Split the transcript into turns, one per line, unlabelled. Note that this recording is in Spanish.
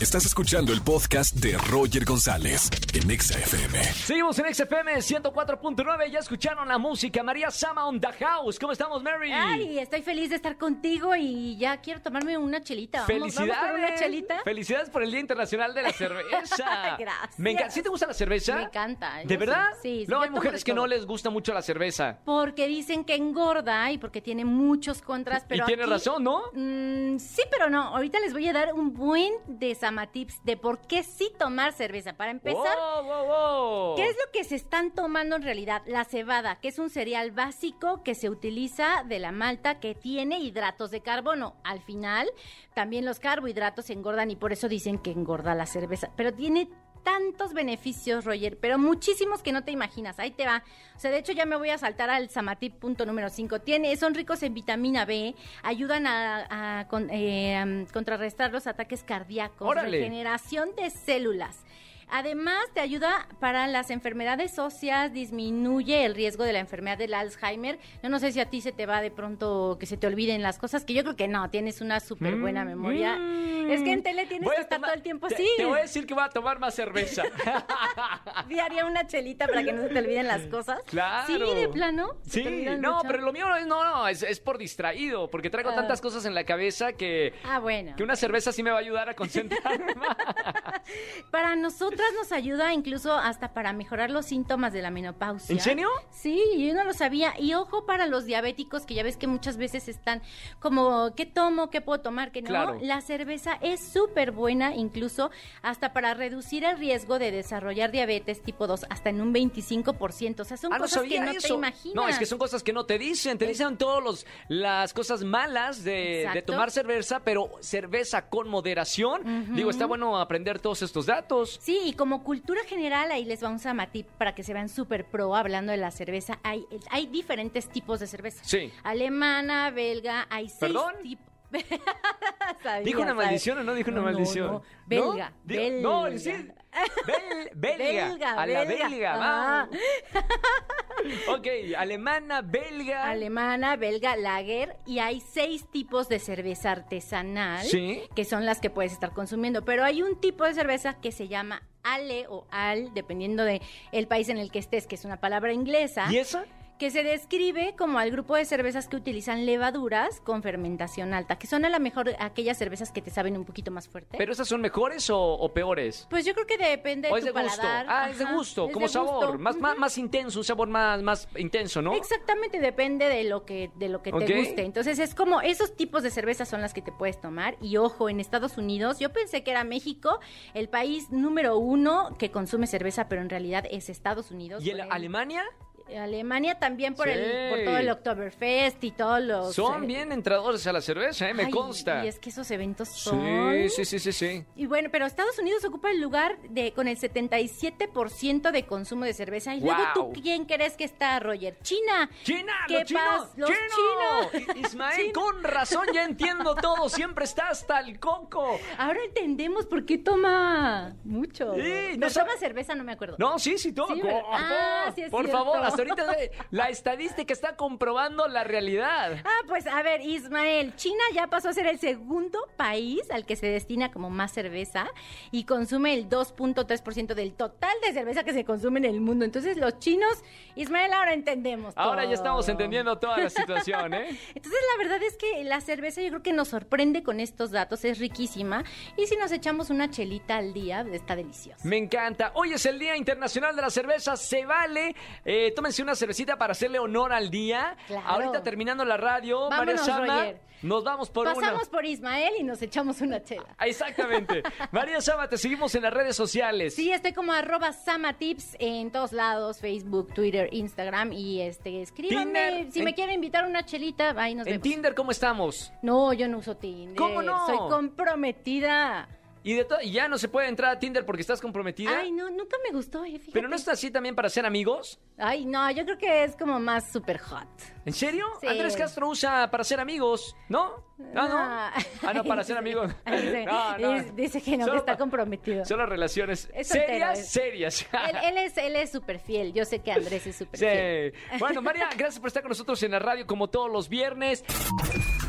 Estás escuchando el podcast de Roger González en EXA-FM.
Seguimos en XFM 104.9. Ya escucharon la música. María Sama on the house. ¿Cómo estamos, Mary?
Ay, estoy feliz de estar contigo y ya quiero tomarme una chelita. Vamos,
Felicidades.
Vamos por una chelita.
Felicidades por el Día Internacional de la Cerveza.
Gracias.
Me encanta. ¿Sí te gusta la cerveza?
Me encanta, yo
¿De
sí.
verdad?
Sí, sí,
No,
yo
hay
tomo
mujeres
de
que no
todo.
les gusta mucho la cerveza.
Porque dicen que engorda y porque tiene muchos contras, pero
y tiene
aquí-
razón, ¿no?
Mm, sí, pero no. Ahorita les voy a dar un buen desamatips de por qué sí tomar cerveza. Para empezar,
Wow, wow, wow.
¿Qué es lo que se están tomando en realidad? La cebada, que es un cereal básico que se utiliza de la malta que tiene hidratos de carbono. Al final, también los carbohidratos engordan y por eso dicen que engorda la cerveza. Pero tiene tantos beneficios, Roger, pero muchísimos que no te imaginas. Ahí te va. O sea, de hecho ya me voy a saltar al samatip punto número 5. Tiene, son ricos en vitamina B, ayudan a, a con- eh, am, contrarrestar los ataques cardíacos,
Órale.
regeneración de células. Además, te ayuda para las enfermedades óseas, disminuye el riesgo de la enfermedad del Alzheimer. Yo no sé si a ti se te va de pronto que se te olviden las cosas, que yo creo que no, tienes una súper buena
Mm,
memoria.
mm.
Es que en tele tienes
Voy a
que estar
tomar-
todo el tiempo
te-
así.
Te voy a decir que voy a tomar más cerveza.
Sí, haría una chelita para que no se te olviden las cosas.
Claro.
Sí, de plano. se
Sí,
te olvidan
no,
mucho.
pero lo mío no es, no, no, es, es por distraído, porque traigo
Ah.
tantas cosas en la cabeza que,
Ah, bueno.
que una cerveza sí me va a ayudar a concentrarme más.
Para nosotras nos ayuda incluso hasta para mejorar los síntomas de la menopausia.
¿En serio?
Sí, yo no lo sabía. Y ojo para los diabéticos, que ya ves que muchas veces están como, ¿qué tomo? ¿Qué puedo tomar? ¿Qué no?
Claro.
La cerveza es súper buena incluso hasta para reducir el riesgo de desarrollar diabetes tipo 2 hasta en un 25%. O sea, son
Ah,
cosas que
sabía
no te
eso.
imaginas.
No, es que son cosas que no te dicen. Te dicen todas las cosas malas de, de
Exacto.
tomar cerveza, pero cerveza con moderación. Digo, está bueno aprender todos estos datos.
Sí, y como cultura general, ahí les vamos a matip para que se vean súper pro hablando de la cerveza. Hay, hay diferentes tipos de cerveza.
Sí.
Alemana, belga, hay seis
¿Perdón?
tipos. Sabía,
¿Dijo una
sabía.
maldición o no dijo una
No, no,
maldición?
no. Belga,
¿No? Digo-
belga.
No, sí. Bel- belga.
Belga,
A la
belga.
belga,
Ah.
vamos. Ok, alemana, belga.
Alemana, belga, lager y hay seis tipos de cerveza artesanal
Sí.
que son las que puedes estar consumiendo, pero hay un tipo de cerveza que se llama ale o al, dependiendo de el país en el que estés, que es una palabra inglesa.
¿Y esa?
que se describe como al grupo de cervezas que utilizan levaduras con fermentación alta, que son a lo mejor aquellas cervezas que te saben un poquito más fuerte.
¿Pero esas son mejores o, o peores?
pues yo creo que depende
¿O
de
es
tu
de gusto?
paladar.
Ah, es de
Ajá,
gusto,
es
como
de
sabor,
gusto.
Más,
Ujú.
más, más intenso, un sabor más, más intenso, ¿no?
Exactamente, depende de lo que, de lo que
Ok.
te guste. Entonces es como esos tipos de cervezas son las que te puedes tomar. Y ojo, en Estados Unidos, yo pensé que era México el país número uno que consume cerveza, pero en realidad es Estados Unidos.
¿Y en
por el-
Alemania?
Alemania también por el, por
Sí.
todo el Oktoberfest y todos los
Son
eh,
bien entradores a la cerveza, ¿eh? Me
Ay,
consta.
Y es que esos eventos son.
Sí, sí, sí, sí, sí.
Y bueno, pero Estados Unidos ocupa el lugar de con el 77% de consumo de cerveza. Y luego
Guau.
tú quién crees que está, Roger? China.
¡China!
¿Qué
¡Los chinos!
pas- los
¡Chino!
chinos.
I- Ismael,
Chino.
con razón, ya entiendo todo. Siempre está hasta el coco.
Ahora entendemos por qué toma mucho.
Sí, no
Pero
sabe-
toma cerveza, no me acuerdo.
No, sí, sí, todo.
Sí, ¿verdad? Ah, sí es
por
cierto.
favor, hasta ahorita eh, la estadística está comprobando la realidad.
Ah, pues a ver, Ismael, China ya pasó a ser el segundo país al que se destina como más cerveza y consume el 2.3% del total de cerveza que se consume en el mundo. Entonces los chinos, Ismael, ahora entendemos.
Ahora ya estamos
todo.
entendiendo toda la situación, ¿eh?
Entonces la verdad es que la cerveza yo creo que nos sorprende con estos datos, es riquísima y si nos echamos una chelita al día está deliciosa.
Me encanta. Hoy es el Día Internacional de la Cerveza. Se vale. Eh, tómense una cervecita para hacerle honor al día.
Claro.
Ahorita terminando la radio,
Vámonos,
María Sama,
Roger.
nos vamos por
Pasamos
una.
por Ismael y nos echamos una chela.
Ah, Exactamente. María Sama, te seguimos en las redes sociales.
Sí, estoy como arroba samatips en todos lados, Facebook, Twitter, Instagram y este, escríbanme.
Tinder,
si
en-
me quieren invitar a una chelita, ahí nos
En
vemos.
Tinder, ¿cómo estamos?
No, yo no uso Tinder.
¿Cómo no?
Soy comprometida.
Y de to- y ya no se puede entrar a Tinder porque estás comprometida.
Ay, no, nunca me gustó, eh, fíjate.
Pero no está así también para ser amigos.
Ay, no, yo creo que es como más super hot.
¿En serio?
Sí.
Andrés Castro usa para ser amigos, ¿no? Ah, no. Ah, no, para ser amigos.
dice,
No, no.
dice- dice que no,
Solo
que está
pa-
comprometido.
Solo relaciones
Es soltero,
serias,
es.
serias.
Él, él es él es súper fiel. Yo sé que Andrés es súper
Sí.
fiel.
Bueno, María, gracias por estar con nosotros en la radio como todos los viernes.